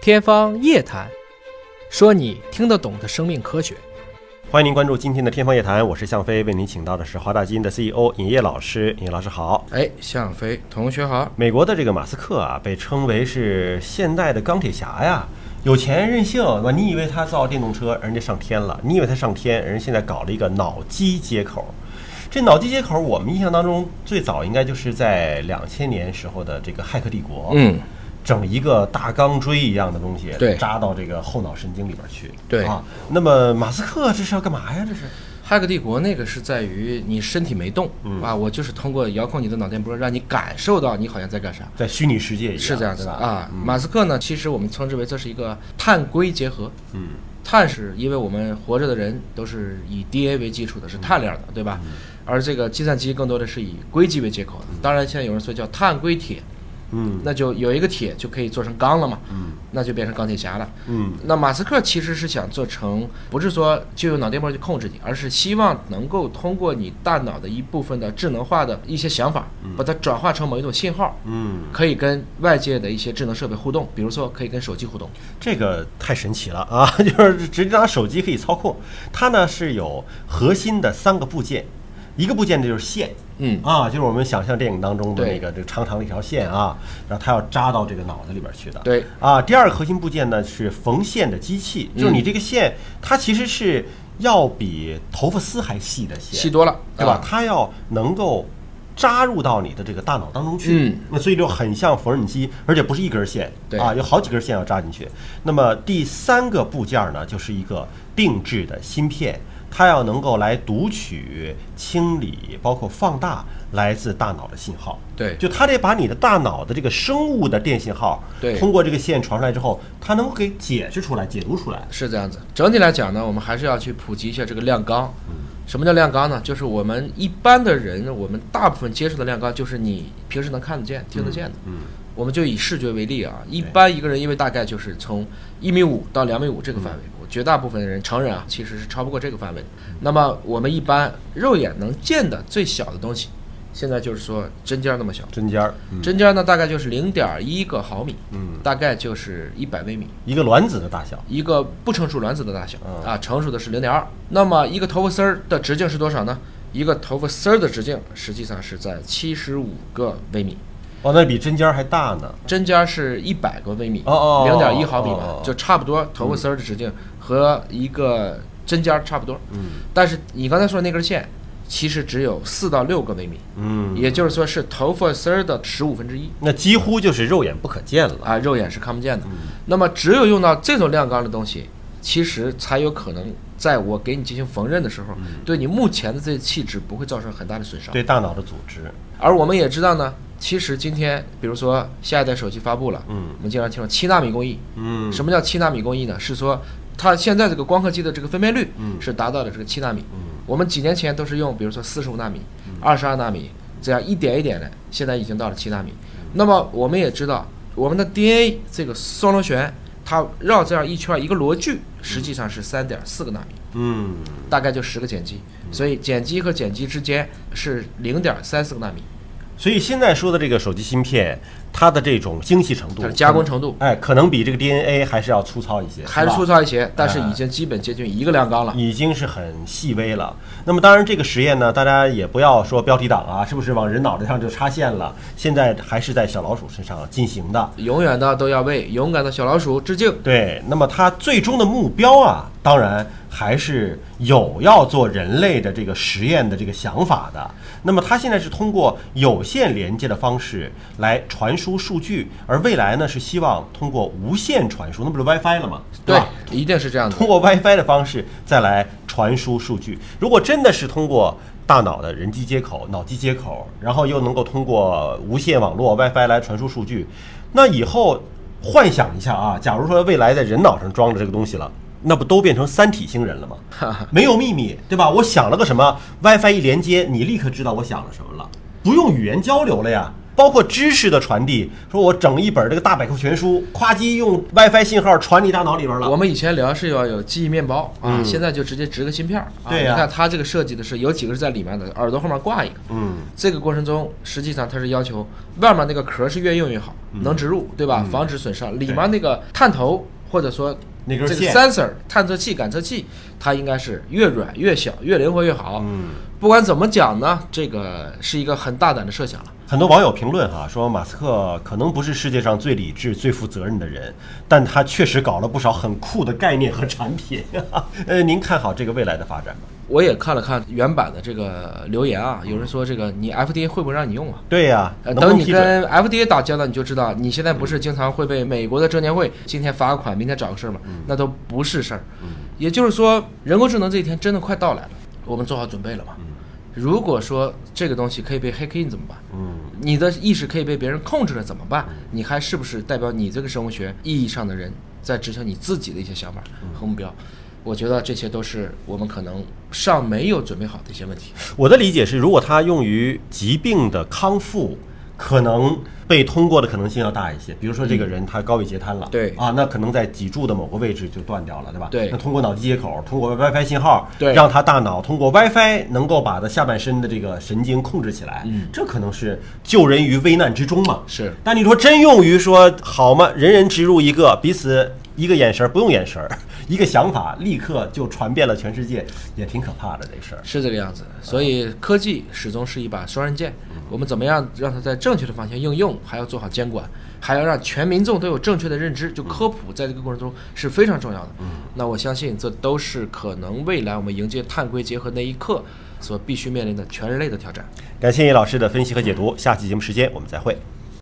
天方夜谭，说你听得懂的生命科学。欢迎您关注今天的《天方夜谭》，我是向飞，为您请到的是华大基因的 CEO 尹烨老师。尹烨老师好。哎，向飞同学好，美国的这个马斯克啊，被称为是现代的钢铁侠呀，有钱任性，对吧？你以为他造电动车，人家上天了；你以为他上天，人家现在搞了一个脑机接口。这脑机接口，我们印象当中最早应该就是在两千年时候的这个《骇客帝国》，嗯，整一个大钢锥一样的东西，对扎到这个后脑神经里边去，对啊。那么马斯克这是要干嘛呀？这是？ 《骇客帝国》那个是在于你身体没动、啊，我就是通过遥控你的脑电波，让你感受到你好像在干啥，在虚拟世界一样，是这样子的吧？嗯啊。马斯克呢，其实我们称之为这是一个碳硅结合，嗯，碳是因为我们活着的人都是以 DNA 为基础的，是嗯碳链的，对吧？而这个计算机更多的是以硅基为接口的，当然现在有人说叫碳硅铁，嗯那就有一个铁就可以做成钢了嘛，嗯那就变成钢铁侠了。嗯那马斯克其实是想做成，不是说就用脑电波去控制你，而是希望能够通过你大脑的一部分的智能化的一些想法，把它转化成某一种信号，嗯，可以跟外界的一些智能设备互动，比如说可以跟手机互动。这个太神奇了 啊！就是直接拿手机可以操控，它呢是有核心的三个部件，一个部件呢就是线。嗯啊，就是我们想象电影当中的对那个这个长长的一条线啊，然后它要扎到这个脑子里边去的。对啊，第二个核心部件呢是缝线的机器，嗯就是你这个线，它其实是要比头发丝还细的线，细多了，对吧？啊它要能够扎入到你的这个大脑当中去，嗯那所以就很像缝纫机，而且不是一根线，对啊，有好几根线要扎进去。那么第三个部件呢，就是一个定制的芯片，它要能够来读取、清理，包括放大来自大脑的信号。对就它得把你的大脑的这个生物的电信号，对通过这个线传出来之后，它能够给解释出来、解读出来。是这样子。整体来讲呢，我们还是要去普及一下这个亮钢。嗯什么叫亮钢呢？就是我们一般的人，我们大部分接触的亮钢，就是你平时能看得见、听得见的。嗯，我们就以视觉为例啊，一般一个人因为大概就是从一米五到两米五这个范嗯围，我绝大部分人成人啊其实是超不过这个范围的。那么我们一般肉眼能见的最小的东西，现在就是说针尖儿那么小，针尖儿，嗯针尖儿呢大概就是零点一个毫米，嗯，大概就是一百微米。一个卵子的大小。一个不成熟卵子的大小嗯啊，成熟的是零点二。那么一个头发丝儿的直径是多少呢？一个头发丝儿的直径实际上是在七十五个微米，哦，那比针尖儿还大呢。针尖儿是一百个微米，哦哦零哦点一毫米哦嘛哦，就差不多头发丝儿的直径和一个针尖儿差不多。嗯但是你刚才说的那根线，其实只有四到六个微米，嗯，也就是说是头发丝儿的十五分之一。那几乎就是肉眼不可见了。啊，肉眼是看不见嗯的。那么只有用到这种亮光的东西，其实才有可能在我给你进行缝纫的时候，对你目前的这些气质不会造成很大的损伤。嗯对大脑的组织，而我们也知道呢，其实今天比如说下一代手机发布了，嗯我们经常听说七纳米工艺。嗯什么叫七纳米工艺呢？是说它现在这个光刻机的这个分辨率是达到了这个七纳米。我们几年前都是用，比如说四十五纳米、二十二纳米这样一点一点的，现在已经到了七纳米。那么我们也知道，我们的 DNA 这个双螺旋，它绕这样一圈儿一个螺距，实际上是三点四个纳米，嗯大概就十个碱基。所以碱基和碱基之间是零点三四个纳米，所以现在说的这个手机芯片，它的这种精细程度它、的加工程度哎，可能比这个 DNA 还是要粗糙一些，还是吧粗，糙一些，但是已经基本接近一个量纲了。已经是很细微了。那么当然，这个实验呢，大家也不要说标题党啊，是不是往人脑袋上就插线了？现在还是在小老鼠身上进行的。永远的都要为勇敢的小老鼠致啊敬。对，那么它最终的目标啊，当然还是有要做人类的这个实验的这个想法的。那么它现在是通过有线连接的方式来传输数据，而未来呢是希望通过无线传输，那不是 WiFi 了吗？对吧？，一定是这样的通。过 WiFi 的方式再来传输数据。如果真的是通过大脑的人机接口、脑机接口，然后又能够通过无线网络 WiFi 来传输数据，那以后幻想一下啊，假如说未来在人脑上装着这个东西了。那不都变成三体星人了吗？没有秘密，对吧？我想了个什么，WiFi 一连接，你立刻知道我想了什么了，不用语言交流了呀。包括知识的传递。说我整一本这个大百科全书，夸叽用 WiFi 信号传你大脑里边我了。们以前聊是要有记忆面包啊，嗯现在就直接植个芯片儿啊。对呀你看它这个设计的是有几个是在里面的，耳朵后面挂一个。嗯，这个过程中，实际上它是要求外面那个壳是越硬越好，嗯能植入，对吧？防止损伤。里面那个探头或者说那根这个线 sensor 探测器、感测器，它应该是越软越小、越灵活越好。嗯，不管怎么讲呢，这个是一个很大胆的设想了。很多网友评论哈，说马斯克可能不是世界上最理智、最负责任的人，但他确实搞了不少很酷的概念和产品。 呃，您看好这个未来的发展吗？我也看了看原版的这个留言啊，有人说这个你 FDA 会不会让你用啊？对呀、呃，能不能等你批准跟 FDA 打交道，你就知道，你现在不是经常会被美国的证监会今天罚个款，明天找个事儿吗？嗯那都不是事儿。也就是说，人工智能这一天真的快到来了，我们做好准备了吗？嗯如果说这个东西可以被 hack in 怎么办？嗯，你的意识可以被别人控制了怎么办？你还是不是代表你这个生物学意义上的人在执行你自己的一些想法和目标？我觉得这些都是我们可能尚没有准备好的一些问题。我的理解是，如果它用于疾病的康复，可能被通过的可能性要大一些。比如说，这个人他高位截瘫了，对啊，那可能在脊柱的某个位置就断掉了，对吧？对那通过脑机接口，通过 WiFi 信号，对让他大脑通过 WiFi 能够把他下半身的这个神经控制起来，嗯，这可能是救人于危难之中嘛。是但你说真用于说好吗？人人植入一个，彼此一个眼神儿，不用眼神儿，一个想法立刻就传遍了全世界，也挺可怕的这事儿。是这个样子，所以科技始终是一把双刃剑。我们怎么样让它在正确的方向应用，还要做好监管，还要让全民众都有正确的认知。就科普在这个过程中是非常重要的。那我相信这都是可能未来我们迎接碳硅结合那一刻所必须面临的全人类的挑战。感谢叶老师的分析和解读，下期节目时间我们再会。